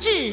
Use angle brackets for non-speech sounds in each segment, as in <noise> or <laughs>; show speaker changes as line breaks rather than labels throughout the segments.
致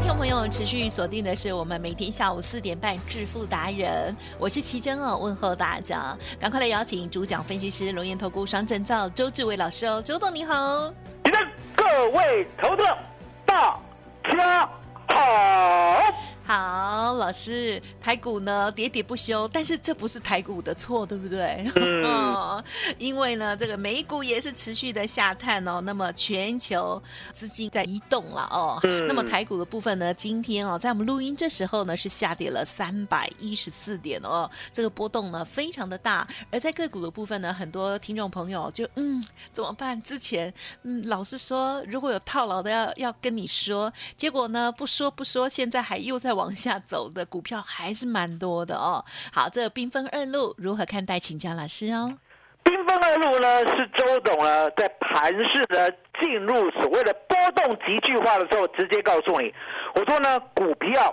听众朋友，持续锁定的是我们每天下午四点半《致富达人》，我是奇珍哦，问候大家，赶快来邀请主讲分析师龙岩投顾双证照周志伟老师哦，周董你好。
你的各位投资者大家好。
好，老师，台股呢喋喋不休，但是这不是台股的错，对不对？ <laughs> 哦
嗯
因为呢，这个美股也是持续的下探哦，那么全球资金在移动了哦，
嗯
那么台股的部分呢，今天哦，在我们录音这时候呢，是下跌了三百一十四点哦，这个波动呢非常的大，而在个股的部分呢，很多听众朋友就嗯怎么办？之前嗯老师说如果有套牢的要要跟你说，结果呢不说不说，现在还又在往下走的股票还是蛮多的哦。好，这兵分二路如何看待，请教老师哦。
兵分二路呢，是周董呢在盘市呢进入所谓的波动急剧化的时候，直接告诉你，我说呢，股票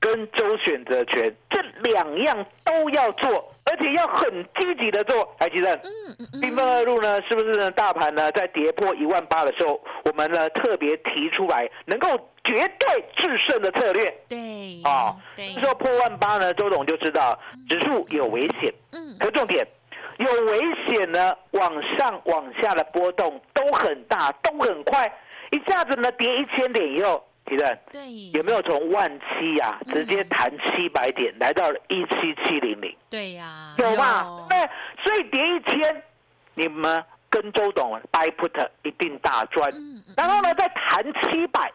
跟周选择权这两样都要做，而且要很积极的做，哎台积电。
嗯嗯
兵分啊二路呢，是不是呢？大盘呢在跌破一万八的时候，我们呢特别提出来能够绝对制胜的策略。
对
啊，
对
这，时候破万八呢，周董就知道指数有危险。
嗯
可重点，有危险呢，往上往下的波动都很大，都很快，一下子呢跌一千点以后，提
嗯
振
对，
有没有从万七呀、直
嗯
接弹七百点，来到了一七七零零？
对呀，
有吧？
哎
对，所以跌一千，你们跟周董 buy put 一定大赚。
嗯嗯
然后呢，再弹七百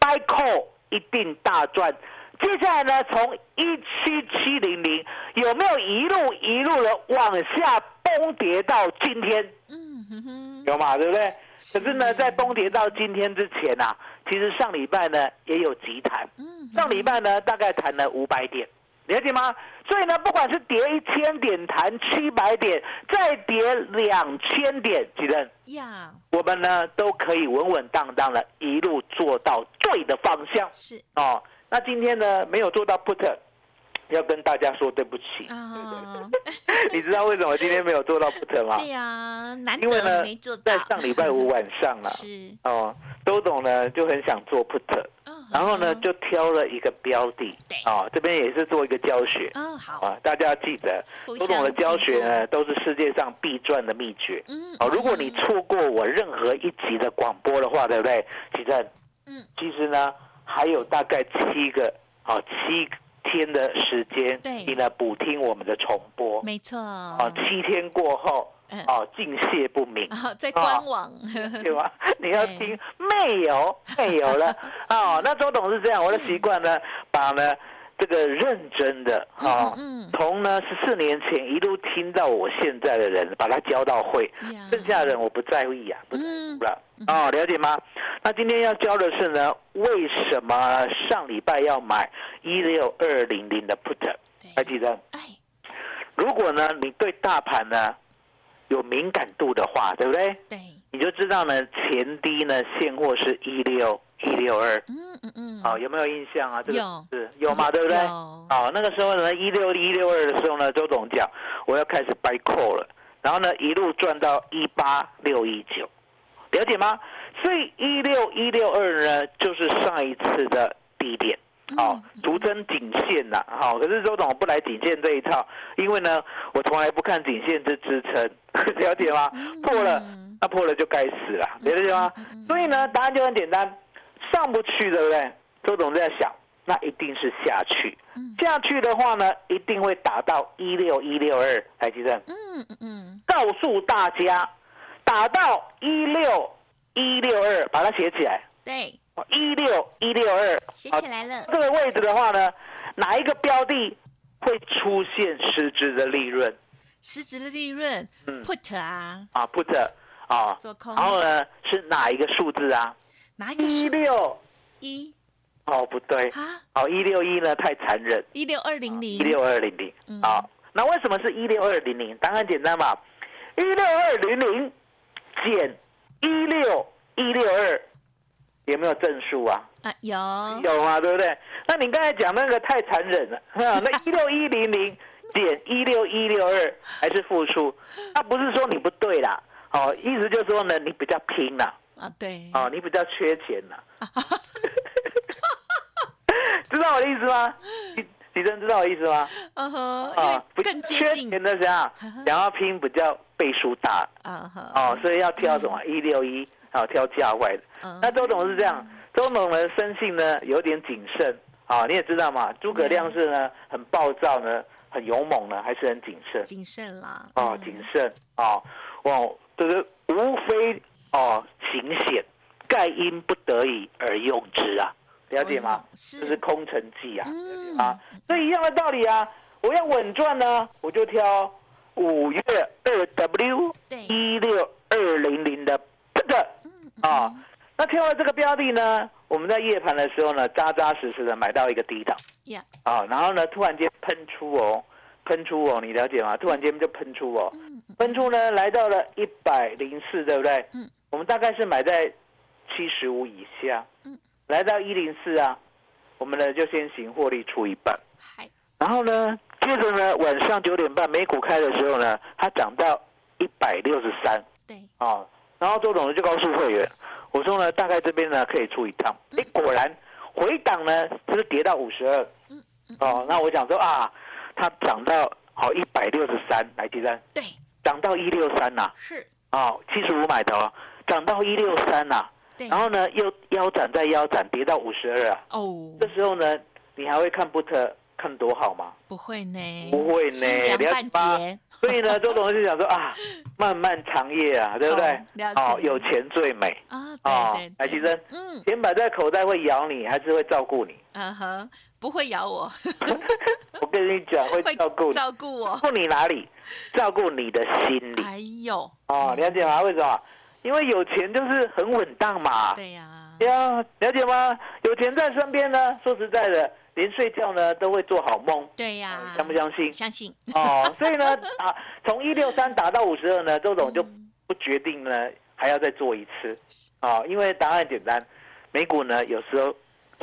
，buy call 一定大赚。接下来呢，从一七七零零有没有一路一路的往下崩跌到今天？
嗯哼哼，
有嘛，对不对？
是
可是呢，在崩跌到今天之前啊，其实上礼拜呢也有急弹，
嗯
上礼拜呢大概弹了五百点，了解吗？所以呢，不管是跌一千点、弹七百点，再跌两千点，几任
呀，
我们呢都可以稳稳当当的一路做到对的方向
是
哦。那今天呢没有做到 put，要跟大家说对不起。
啊，
<laughs> 你知道为什么今天没有做到 put 吗？
对呀，难
因为
得
呢
没做，到
在，上礼拜五晚上啊，
是，
哦，周董呢就很想做 put，
嗯
然后呢
哼
就挑了一个标的
对，
哦，这边也是做一个教学
哦好，
啊，大家要记得，
互
周董的
相
教
进
学
步
呢都是世界上必赚的秘诀。
嗯，
哦，如果你
嗯
错过我任何一集的广播的话，对不对？其正，
嗯，
其实呢还有大概七个哦七天的时间，
对
你呢补听我们的重播。
没错，
哦，七天过后
嗯，
哦，敬谢不明。
啊，在官网， <laughs>
对吧？ <laughs> 你要
对
听没有没有
<laughs>
了哦。那周董是这样，我的
是
习惯呢，把呢这个认真的哦，
嗯嗯
从呢十四年前一路听到我现在的人，把他教到会，
呀
剩下的人我不在意啊，不在
啊嗯
乎了。哦，了解吗？那今天要教的是呢，为什么上礼拜要买一六二零零的 put？还
对，
记得？
哎，
如果呢你对大盘呢有敏感度的话，对不对？
对，
你就知道呢，前低呢现货是一六一六二，
嗯嗯嗯，
好，有没有印象啊？这
有
个是有嘛，对不对？
有
好，那个时候呢，一六一六二的时候呢，周总讲我要开始 buy call 了，然后呢一路赚到一八六一九，了解吗？所以一六一六二呢，就是上一次的低点，哦，逐增颈线呐、好、可是周董我不来颈线这一套，因为呢，我从来不看颈线之支撑， <laughs> 了解吗？破了，那、破了就该死了，了解吗？所以呢，答案就很简单，上不去，对不对？周董在想，那一定是下去，下去的话呢，一定会打到一六一六二，台积电。
嗯嗯嗯，
告诉大家，打到一六一六二，把它写起来，哦
对，
一六一六二。
写
好
起来了，
这个位置的话呢，哪一个标的会出现实质的利润
实质的利润
嗯
，put 啊，
啊？put 啊，
做空
然，后呢是哪一个数字啊？
拿一个
一
数
六
一
哦，不对，
啊，
哦一六一呢太残忍，
一六二零
啊一
零，
六二零零
嗯
啊。那为什么是一六二零零？答案简单嘛，一六二零零减一六一六二，有没有正数啊？
啊，有
有啊，对不对？那你刚才讲那个太残忍了，啊那一六一零零减一六一六二还是负数，那不是说你不对啦，哦，意思就是说呢，你比较拼啦，
啊，
嗯
对，
哦，你比较缺钱啦， <laughs> 知道我的意思吗？你你真知道我的意思吗？
嗯哼，
啊，
因为
不
更接
缺
近
钱的时
<laughs>
候，啊想要拼比较倍数大
啊哈，
哦，所以要挑什么一六一啊，挑价外的。
嗯
那周董是这样，周董呢生性呢有点谨慎啊，你也知道嘛，诸葛亮是
嗯
呢很暴躁呢，很勇猛呢，还是很谨慎
谨慎啦，
啊，
嗯
谨慎啊，哇，就是无非哦行险，盖因不得已而用之啊，了解吗？
我哦是
这是空城计啊，
嗯
啊，所以一样的道理啊，我要稳赚呢，我就挑五月二 W
对嗯
一六二零零的这个啊。那挑了这个标的呢，我们在夜盘的时候呢，扎扎实实的买到一个低档
呀，
啊，然后呢，突然间喷出哦，喷出哦，你了解吗？突然间就喷出哦，喷出呢来到了一百零四，对不对？
嗯，
我们大概是买在七十五以下，
嗯，
来到一零四啊，我们呢就先行获利出一半。
嗨，
然后呢，接着呢，晚上九点半美股开的时候呢，它涨到一百六十三
对，
啊。然后周董就告诉会员，我说呢，大概这边呢可以出一趟。哎，果然回档呢，就是跌到五十二
嗯。
哦，那我想说啊，它涨到好一百六十三，来记得
对，
涨到一六三呐，
是，
啊，七十五买的哦，涨到一六三呐，
对，
然后呢又腰斩再腰斩，跌到五十二啊。
哦
这，时候呢，你还会看不特看多好吗？
不会呢，
不会
是
呢，
凉半
了解吗？
截，
所以呢，周董就想说
<laughs>
啊，漫漫长夜啊，对不对
懂？了解
哦，有钱最美
啊，
哦
对对，，
来，
对
其实
嗯
钱摆在口袋会咬你，还是会照
<laughs>
顾你？
啊哈，不会咬我，
我跟你讲，会
会
照顾你，
照顾
照
我，
顾你哪里？照顾你的心理
哎呦，
哦，了解吗？为什么？因为有钱就是很稳当嘛。
对呀，
呀，了解吗？有钱在身边呢，说实在的，连睡觉呢都会做好梦，
对呀，
哎相不相信？
相信？
哦，所以呢，啊，从一六三打到五十二呢，周总就
嗯
不决定呢，还要再做一次啊、因为答案简单，美股呢有时候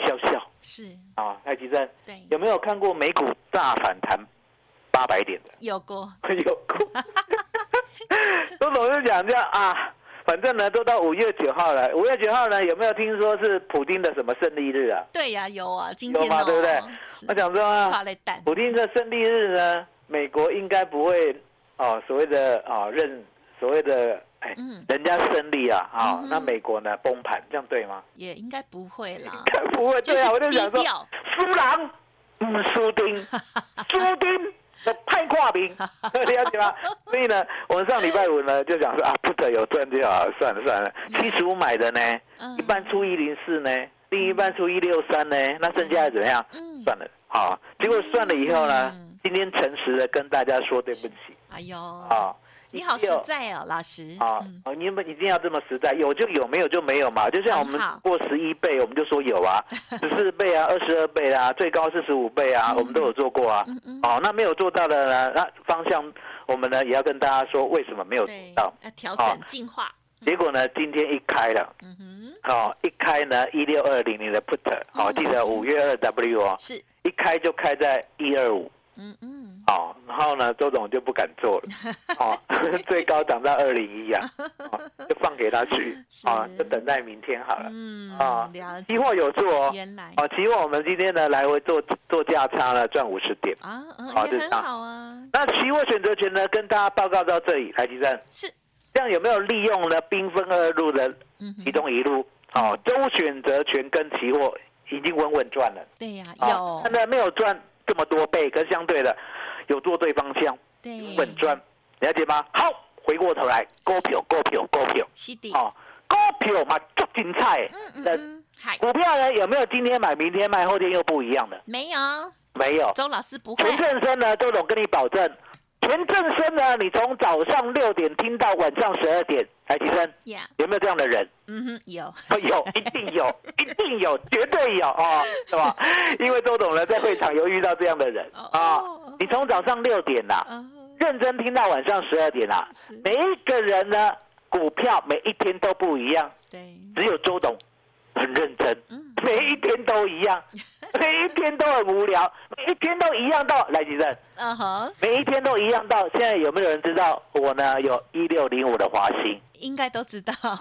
笑笑
是，
啊，蔡吉正
对，
有没有看过美股大反弹八百点的？ <laughs>
有过，
有 <laughs> 过，周总就讲这样啊，反正呢都到五月九号了，五月九号呢有没有听说是普京的什么胜利日啊？
对呀，有啊，今
有
天
嘛
哦，
对不对
是
我想说啊，
抓了蛋，
普京的胜利日呢，美国应该不会哦，所谓的哦认所谓的哎
嗯，
人家胜利啊啊、哦
嗯哼
那美国呢崩盘，这样对吗？
也应该不会啦，
不会
哦就
对
是
啊，我就想
低
说，
调，
输人唔
<laughs>
输丁，输丁。判跨名，了解吗？所以呢，我们上礼拜五呢就想说啊，不得有赚就好，算了算了，七十五买的呢，
嗯
一半出一零四呢，另一半出一六三呢，那剩下的怎么样？
嗯，
算了，好、结果算了以后呢，
嗯
今天诚实的跟大家说对不起
哎呦，
啊。
你好实
有
在哦，老师，
啊
嗯，
哦你们一定要这么实在，有就有，没有就没有嘛。就像我
很
们
好
过十一倍，我们就说
<laughs>
有啊，十四倍啊，二十二倍啊，最高四十五倍啊，我们都有做过啊。
嗯嗯，
哦，那没有做到的呢，那方向我们呢也要跟大家说为什么没有做
对，
到。
要调
啊
整进化，
结果呢，今天一开了，
嗯嗯哼，
哦，一开呢一六二零零的 put，哦，记得五月二 W 哦，
是，
一开就开在一二五。
嗯嗯，
哦，然后呢，周董就不敢
<laughs>
做了，哦， <laughs> 最高涨到二零一啊、哦，就放给他
<laughs>
去，啊、哦，就等待明天好了。
嗯
啊
了解
期。货有做哦，
原来
哦，期货我们今天呢来回做做价差呢，赚五十点。
啊，
好
嗯，
这
也很
上
好啊，
那期货选择权呢，跟大家报告到这里，台积站
是，
这样有没有利用呢？兵分二路的
嗯哼
其中一路，
嗯
哦，周选择权跟期货已经稳稳赚了，
对呀，有
哦但，呢没有赚这么多倍，可是相对的有做对方向，
对，
稳赚，了解吗？好，回过头来，股票，股票，股票，
是的，
哦，股票嘛，足精彩。
嗯嗯
那
嗯，嗨，
股票呢有没有今天买，明天卖，后天又不一样的？
没有，
没有。
周老师不会
全，正生呢，周总跟你保证，全正生呢，你从早上六点听到晚上十二点，台积生
呀，
有没有这样的人？
嗯哼，有， <laughs>
有，一定有，一定有，绝对有啊、哦，
<laughs>
是吧？因为周董呢在会场有遇到这样的人啊、
哦
你从早上六点呐、
啊，
认真听到晚上十二点啊，
是，
每一个人呢，股票每一天都不一样，
对，
只有周董很认真，
嗯，
每一天都一
<laughs>
样，每一天都很无聊，每一天都一样到来吉正。
嗯哼，
每一天都一样到。现在有没有人知道我呢？有一六零五的华
<laughs>
兴，
应该都知道，
啊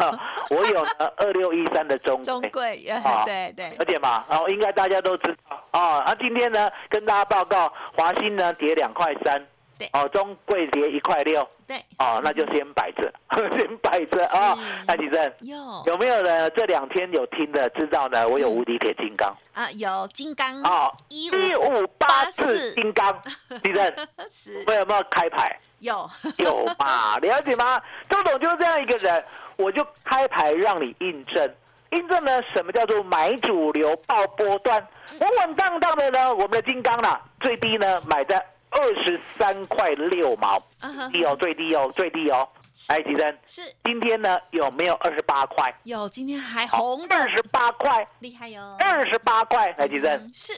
我有呢二六一三的
<laughs>
中
中
规，
贵，
好
呀对对
了，解嘛？哦，应该大家都知道哦。啊，今天呢跟大家报告，华兴呢跌两块三
对，
哦，中贵跌一块六，
对，
哦，那就先摆着， <laughs> 先摆着啊
是。
那李正。
有
有没有呢？这两天有听的知道呢？我有无敌铁金刚
啊，有金刚，
哦，
一
一
五
五八四金刚，地 <laughs> 震，
<laughs> 是
我，有没有开牌？
有， <laughs>
有嘛？了解吗？周董就是这样一个人，我就开牌让你印证。印证呢，什么叫做买主流爆波段？稳稳当当的呢，我们的金刚啦，最低呢买在二十三块六毛，
嗯哼，
低哦，最低哦，最低哦。哎，吉珍，
是
今天呢有没有二十八块？
有，今天还红的
二十八块，
厉害哟，
二十八块。哎，吉珍，
嗯是，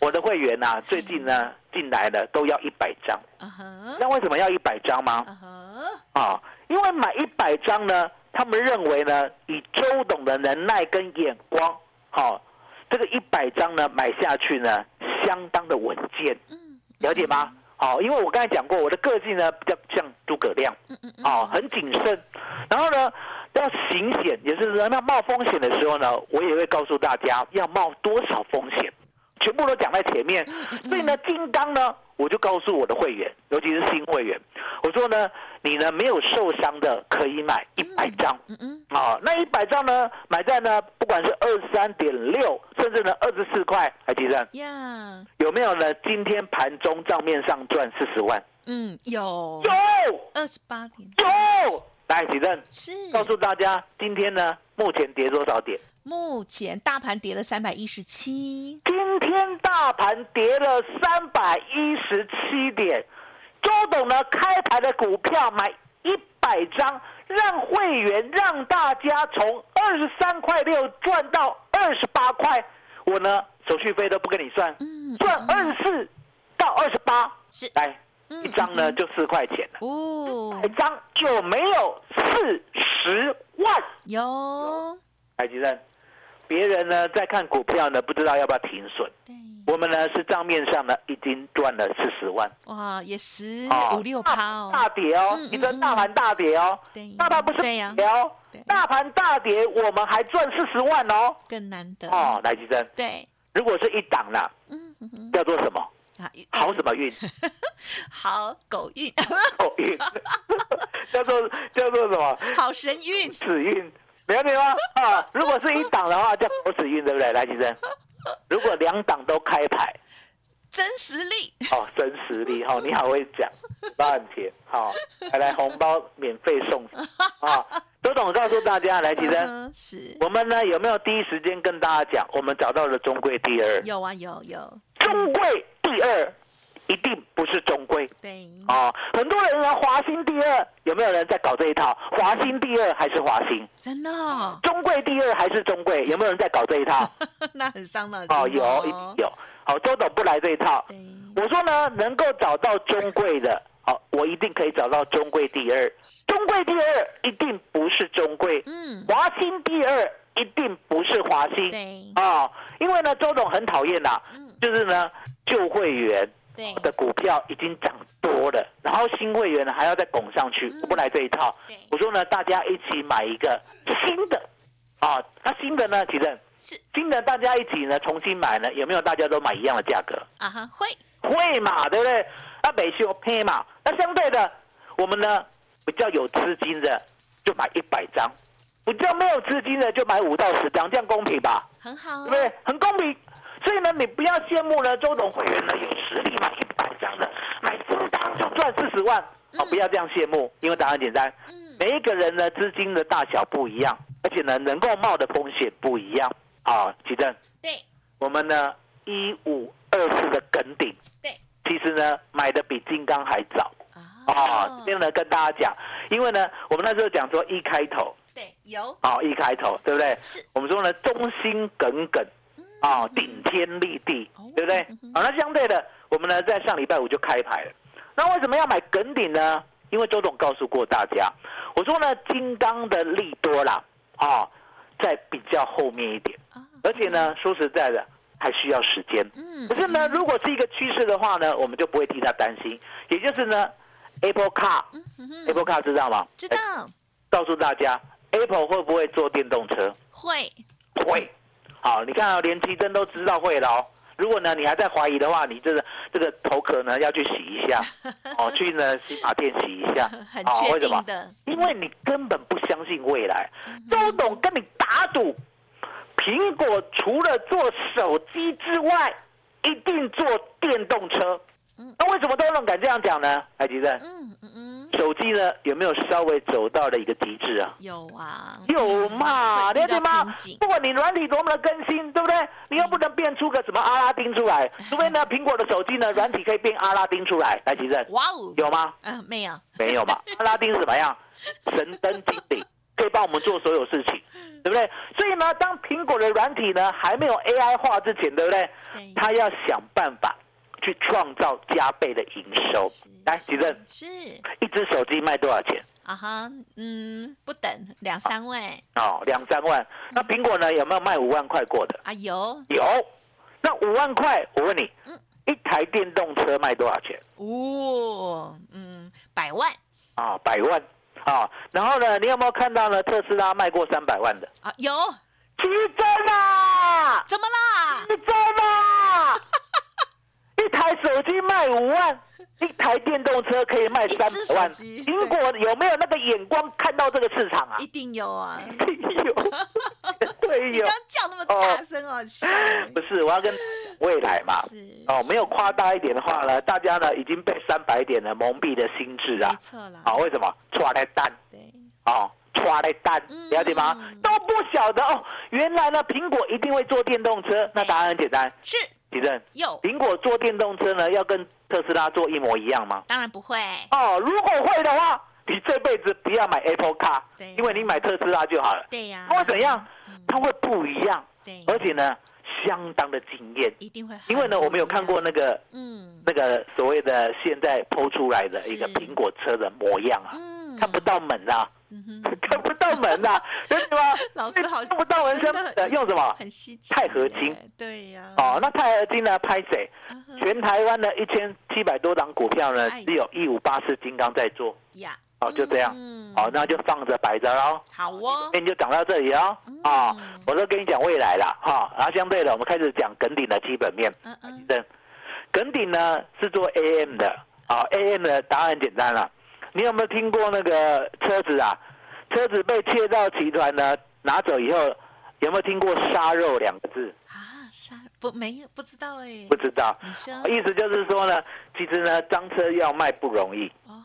我的会员呐、最近呢进来的都要一百张，
嗯哼，
那为什么要一百张吗？
嗯哼，
啊，因为买一百张呢，他们认为呢，以周董的能耐跟眼光，好、这个一百张呢买下去呢，相当的稳健，
嗯
了解吗？好、因为我刚才讲过，我的个性呢比较像诸葛亮，
嗯嗯嗯，
哦，很谨慎，然后呢。要行险，也就是说，那冒风险的时候呢，我也会告诉大家要冒多少风险，全部都讲在前面。
嗯
所以呢，金刚呢，我就告诉我的会员，尤其是新会员，我说呢，你呢没有受伤的可以买一百张。
嗯嗯，
啊，那一百张呢，买在呢，不管是二三点六，甚至呢二十四块，海提生
呀，
有没有呢？今天盘中账面上赚四十万，
嗯，有
有
二十八点，
有，来，提正
是，
告诉大家，今天呢，目前跌多少点？
目前大盘跌了三百一十七，
今天大盘跌了三百一十七点，周董呢开牌的股票买一百张，让会员让大家从二十三块六赚到二十八块，我呢手续费都不跟你算，
嗯，
赚二十四到二十八，
是
来
嗯
一张呢就四块钱了，
哦
一，张有没有四十万？
有，
海吉生，别人呢在看股票呢，不知道要不要停损。
对，
我们呢是账面上呢已经赚了四十万，
哇，也十
哦
五六
大
趴哦，
大跌哦
嗯嗯，
你的大盘大跌哦，
对
大盘不是
对呀
跌哦
对，
大盘大跌我们还赚四十万哦，
更难得，
哦，来吉珍，
对，
如果是一档啦，
嗯嗯嗯，
叫做什么？
啊，
好什么运？
好狗运， <laughs>
好运， <laughs> 叫做叫做什么？
好神运，
死运，了解吗？啊，如果是一档的话叫狗死运，对不对？来吉珍，如果两档都开牌，
真实力，
哦，真实力哦，你好会讲， <laughs> 八很甜，好、哦来来红包免费
<laughs>
送啊！周董告诉大家，来其实
嗯， <laughs> 是
我们呢有没有第一时间跟大家讲，我们找到了中贵第二，
有啊有有，
中贵第二一定不是中贵
对，
哦，很多人呢华兴第二，有没有人在搞这一套？华兴第二还是华兴？
真的哦， <laughs>
中贵第二还是中贵？有没有人在搞这一套？
那很伤脑筋 <laughs>
哦，有，一定有。好、周董不来这一套，
对，
我说呢，能够找到中贵的，好、我一定可以找到中贵第二。中贵第二一定不是中贵，
嗯，
华兴第二一定不是华兴
对，
啊、因为呢，周董很讨厌呐、
嗯
就是呢，旧会员
对
的股票已经涨多了，然后新会员呢还要再拱上去
嗯，
我不来这一套
对。
我说呢，大家一起买一个新的啊，那新的呢，其实
是
新的大家一起呢重新买呢，有没有大家都买一样的价格？
啊哈，会
会嘛，对不啊对？那北秀配嘛，那相对的，我们呢比较有资金的就买一百张，比较没有资金的就买五到十张，这样公平吧？
很好
嗯
对不，对？很公平。所以呢，你不要羡慕呢，周董会员呢有实力买一百张的，买十张就赚四十万哦，不要这样羡慕，因为答案简单，
嗯，
每一个人呢资金的大小不一样，而且呢能够冒的风险不一样啊。举正，
对，
我们呢一五二四的梗顶，
对，
其实呢买的比金刚还早
啊
啊。这边呢跟大家讲，因为呢我们那时候讲说一开头
对，有
啊，一开头对不对？
是嗯
我们说呢忠心耿耿啊，顶天立地
哦，
对不对
嗯？
好，那相对的，我们呢在上礼拜五就开牌了。那为什么要买耿鼎呢？因为周董告诉过大家，我说呢金刚的利多啦啊，在比较后面一点，
啊，
而且呢说实在的还需要时间。
嗯
可是呢，如果是一个趋势的话呢，我们就不会替他担心。也就是呢，Apple Car，Apple
嗯嗯嗯，
Car 知道吗？
知
哎
道
告诉大家，Apple 会不会做电动车？
会
会。好，你看啊，连奇珍都知道会了哦。如果呢你还在怀疑的话，你这个这个头壳呢要去洗
<laughs>
一下，哦，去呢洗发店洗一下，
很
啊
确
为什么
定？的，
因为你根本不相信未来。
嗯
周董跟你打赌，苹果除了做手机之外，一定做电动车
嗯。
那为什么周董敢这样讲呢？海吉正，
嗯嗯嗯，
手机呢有没有稍微走到了一个极致啊？
有啊，
有嘛，
会遇
了
到
解吗
瓶颈？
不管你软体多么的更新，对不对？你又不能变出个什么阿拉丁出
<laughs>
来，除非呢苹果的手机呢软体可以变阿拉丁出来。来，吉正
哇哦，
有吗？
嗯，没有，
没有嘛？
<laughs>
阿拉丁是怎么样？神灯经理可以帮我们做所有事情，对不对？所以呢，当苹果的软体呢还没有 AI 化之前，对不对？
对，
它要想办法去创造加倍的营收
是。
来，
是
吉正，
是
一只手机卖多少钱？
啊哈，嗯，不等两三位
哦，两三
嗯
万。那苹果呢有没有卖五万块过的？
啊，有
有。那五万块，我问你
嗯，
一台电动车卖多少钱？
哦，嗯，百万
啊、百万啊、然后呢，你有没有看到呢？特斯拉卖过三百万的？
啊，有，
奇珍啊！
怎么啦？
你真啊！ <laughs> 一台手机卖五万，一台电动车可以卖三
一只
百
手
万。
机
苹果有没有那个眼光看到这个市场啊
一？定有啊！
<laughs> 有，对
你
有
刚。叫那么大声哦，吓人
不是，我要跟未来嘛。
是
哦，没有夸大一点的话呢，大家呢已经被三百点呢蒙蔽了心智啊
没。错啦，
啊、为什么？抓来蛋
对，
哦，抓来蛋，
嗯
了解吗？都不晓得哦。原来呢，苹果一定会做电动车。那答案很简单，
是
李正，
有，
苹果做电动车呢，要跟特斯拉做一模一样吗？
当然不会，
哦，如果会的话，你这辈子不要买 Apple Car，
对啊
因为你买特斯拉就好了。
对呀，嗯
它会怎样？它会不一样，
对，
而且呢，相当的惊艳。
一定会，
因为呢，我们有看过，那个
嗯
那个所谓的现在剖出来的一个
是
苹果车的模样啊，
嗯，
看不，到门啊，
嗯哼，
<laughs> 看不到门啊，对吗？
老师好
<laughs> 看不到门，
真
真
的很
的用什么？
很稀奇耶，
钛合金
对呀，
哦，那钛合金呢？拍谁？
啊哈
全台湾的一千七百多档股票呢
哎，
只有一五八四金刚在做，
呀，
哦，就这样，
嗯
哦，那就放着摆着喽，
好哦嗯
那，你就涨到这里哦，啊，我都跟你讲未来了哈，然后相对的，我们开始讲耿鼎的基本面，
嗯嗯，
对，耿鼎呢是做 AM 的，啊，AM 的答案很简单了，你有没有听过那个车子啊？车子被窃盗集团呢拿走以后，有没有听过“杀肉”两个字？
啊，啥不没有不知道哎
不，知道。
你说
意思就是说呢，其实呢，赃车要卖不容易，
哦，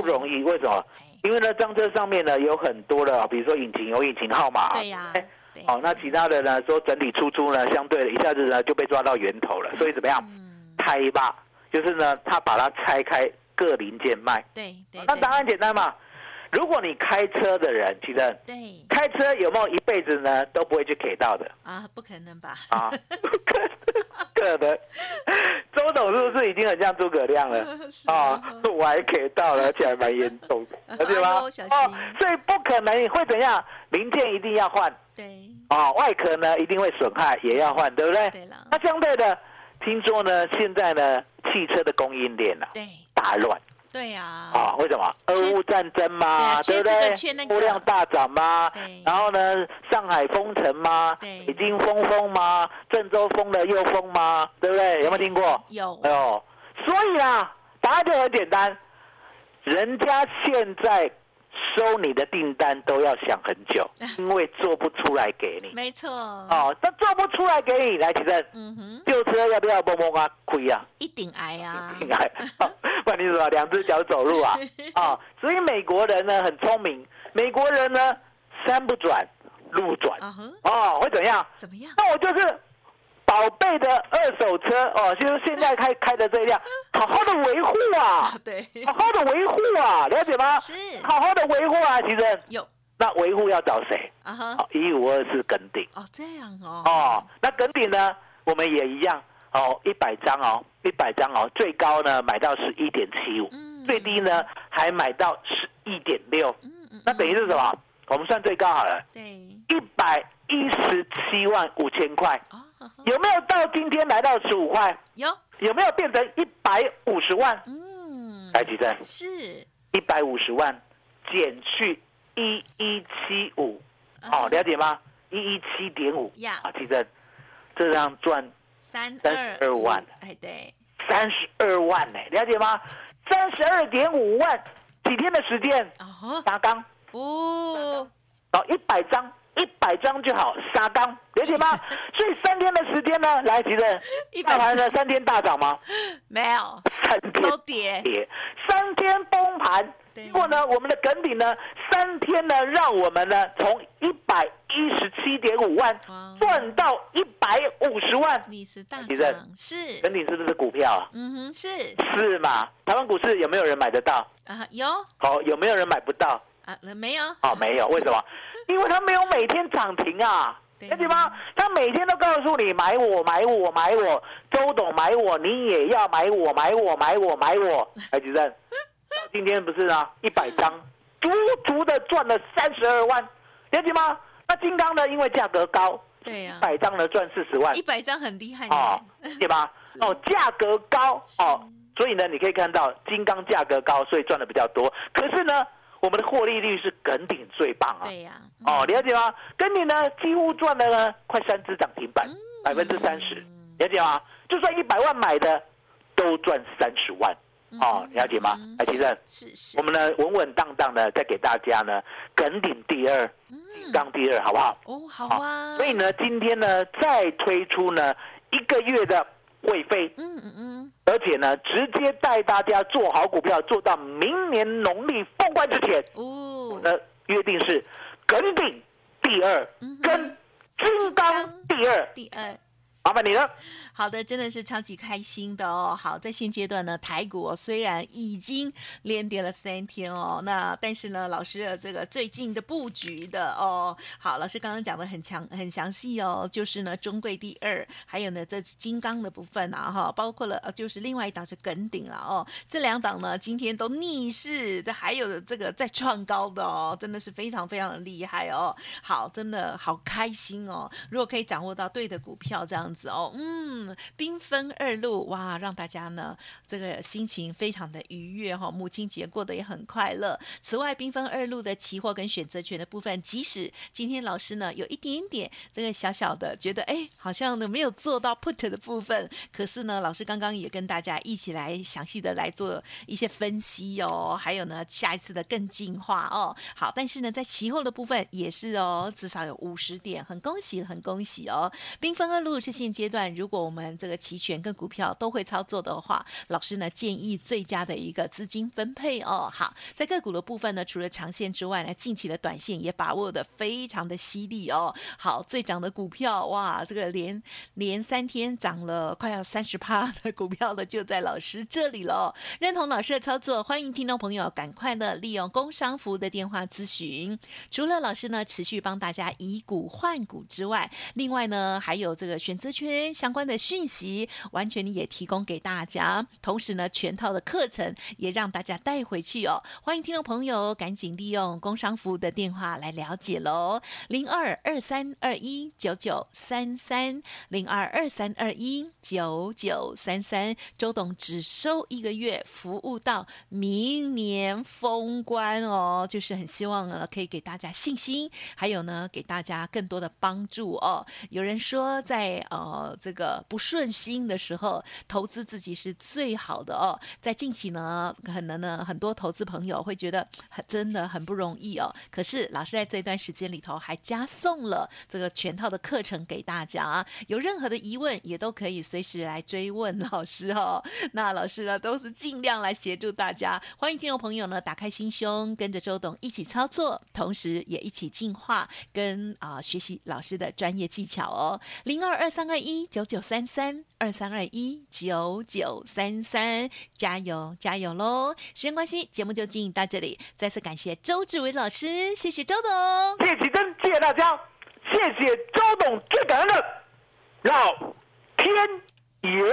不容
易，
易。为什么？
哎
因为呢，赃车上面呢有很多的，比如说引擎有引擎号码，啊
对呀
对不对，
对
哦，那其他的呢，说整体出租呢，相对的一下子呢就被抓到源头了。所以怎么样，
嗯，
拆吧，就是呢，他把它拆开各零件卖。
对对，
那
对
答案简单嘛，如果你开车的人，其实
对
开车有没有一辈子呢都不会去 K 到的？
啊，不可能吧？ <laughs>
啊，可能周董是不是已经很像诸葛亮了？
<laughs> 是哦
啊，我还可以到了，而且还蛮严重的，了解
<laughs>
吗
哎呦小？心
哦，所以不可能会怎样，零件一定要换
对
啊，外壳呢一定会损害，也要换，对不对？
对了，
那相对的，听说呢，现在呢，汽车的供应链呢、啊、
对
大乱
对呀，
啊，为什么？俄乌战争嘛，
对
对
啊缺这
不对
个缺那？个
货量大涨嘛
对，
然后呢，上海封城嘛，
对
北京封封嘛，郑州封了又封嘛，对不对？有没有听过？
有
哎呦，所以啊，答案就很简单，人家现在收你的订单都要想很久，
啊
因为做不出来给你。
没错，
哦，那做不出来给你，来，其实
嗯哼，
旧车要不要摸摸啊？亏啊！
一顶癌啊，
应该， <laughs> 哦不然你怎么两只脚
<laughs>
走路啊？啊，所以美国人呢很聪明，美国人呢山不转路转
啊哼，
哦，会怎样？
怎么样？
那我就是宝贝的二手车哦，就是现在开开的这
<laughs>
一辆，好好的维护啊
啊，
<laughs>
对，
好好的维护啊，了解吗？
是
好好的维护啊，其实
有
那维护要找谁？
啊哈，
好，一五二四耿鼎
哦这样哦，
哦，那耿鼎呢，我们也一样哦，一百张哦，一百张哦，最高呢买到十一点七五，
嗯
最低呢还买到十一点六，
嗯嗯，
那等于是什么？我们算最高好了，
对
一百一十七万五千块，
啊，哈哈
有没有到今天来到十五块？
有，
有没有变成一百五十万？
嗯，
台积电
是
一百五十万减去一一七五，
啊
哦，了解吗？一一七点五
呀
啊，记得这样赚
三
32
五
万，
哎对，
三十二万呢、了解吗？三十二点五万，几天的时间？
啊哈，
沙缸
哦，
哦，一百张，一百张就好，沙缸，了
<laughs>
解吗？所以三天的时间呢，来，其实
100
大盘呢三天大涨吗？
没有，
三天
都跌，
跌，三天崩盘。
对
结果呢，我们的梗顶呢，三天呢，让我们呢从一百一十七点五万
哇
赚到一百五十万。
啊你是大
台积电
涨，是，
梗顶是不是股票啊？
嗯哼，是
是嘛？台湾股市有没有人买得到？
啊，有
好、有没有人买不到？
啊，没有？
哦，没有，为
<laughs>
什么？因为他没有每天涨停啊，
对
了解吗？他每天都告诉你买我，买我，买我，周董买我，你也要买我，买我，买我，
<laughs>
买我。哎，吉正，到今天不是啊，一百张，足足的赚了三十二万，了解吗？那金刚呢，因为价格高，
对呀
一百张呢赚四十万
啊一，百张很厉害
哦
呢，，
了解吗？哦，价格高哦，所以呢，你可以看到金刚价格高，所以赚的比较多。可是呢，我们的获利率是梗顶最棒啊。
对呀，嗯
哦，了解吗？跟你呢几乎赚了呢快三只涨停
嗯
板，百分之三十，了解吗？就算一百万买的，都赚三十万，哦，了解吗？哎，其实
嗯是是
我，们呢稳稳当当的再给大家呢梗顶第二，
嗯
金刚第二，好不好？
哦，好
好
啊，
所以呢，今天呢再推出呢一个月的会费，
嗯嗯嗯，
而且呢直接带大家做好股票，做到明年农历封关之前。
哦，
那约定是耿鼎第二
嗯哼
跟金刚第二，
第二。
麻烦你了。
好的，真的是超级开心的哦。好，在现阶段呢，台股、哦、虽然已经连跌了三天哦，那但是呢，老师的这个最近的布局的哦，好，老师刚刚讲的很强很详细哦，就是呢中贵第二，还有呢这金刚的部分啊哈，包括了呃就是另外一档是耿鼎了哦，这两档呢今天都逆势，这还有这个在创高的哦，真的是非常非常的厉害哦。好，真的好开心哦！如果可以掌握到对的股票，这样子哦，嗯，兵分二路哇，让大家呢这个心情非常的愉悦哈、哦，母亲节过得也很快乐。此外，兵分二路的期货跟选择权的部分，即使今天老师呢有一点点这个小小的觉得哎，好像呢没有做到 put 的部分，可是呢，老师刚刚也跟大家一起来详细的来做一些分析哦，还有呢下一次的更进化哦。好，但是呢，在期货的部分也是哦，至少有五十点，很恭喜，很恭喜哦。兵分二路是现阶段，如果我们这个期权跟股票都会操作的话，老师呢建议最佳的一个资金分配哦。好，在个股的部分呢，除了长线之外呢，近期的短线也把握的非常的犀利哦。好，最涨的股票哇，这个连连三天涨了快要三十趴的股票呢，就在老师这里了哦。认同老师的操作，欢迎听众朋友赶快的利用工商服务的电话咨询。除了老师呢持续帮大家以股换股之外，另外呢还有这个选择。择权相关的讯息，完全也提供给大家。同时呢，全套的课程也让大家带回去哦。欢迎听众朋友赶紧利用工商服务的电话来了解喽，零二二三二一九九三三零二二三二一九九三三。周董只收一个月，服务到明年封关哦，就是很希望呢可以给大家信心，还有呢给大家更多的帮助哦。有人说在呃这个不顺心的时候，投资自己是最好的哦。在近期呢，可能呢很多投资朋友会觉得很真的很不容易哦。可是老师在这段时间里头还加送了这个全套的课程给大家，啊有任何的疑问也都可以随时来追问老师哦。 <laughs> 那老师呢都是尽量来协助大家，欢迎听众朋友呢打开心胸，跟着周董一起操作，同时也一起进化跟啊、学习老师的专业技巧哦。零二二三二一九九三三二三二一九九三三，加油加油喽！时间关系，节目就进行到这里，再次感谢周志伟老师，谢谢周董。
谢谢奇珍，谢谢大家，谢谢周董，最感恩的老天爷。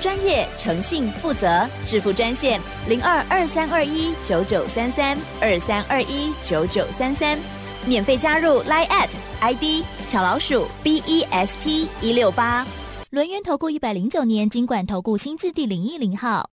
专业、诚信、负责，致富专线零二二三二一九九三三二三二一九九三三，免费加入 Line at ID 小老鼠 B E S T 一六八。
轮源投顾一百零九年经管投顾新字第零一零号。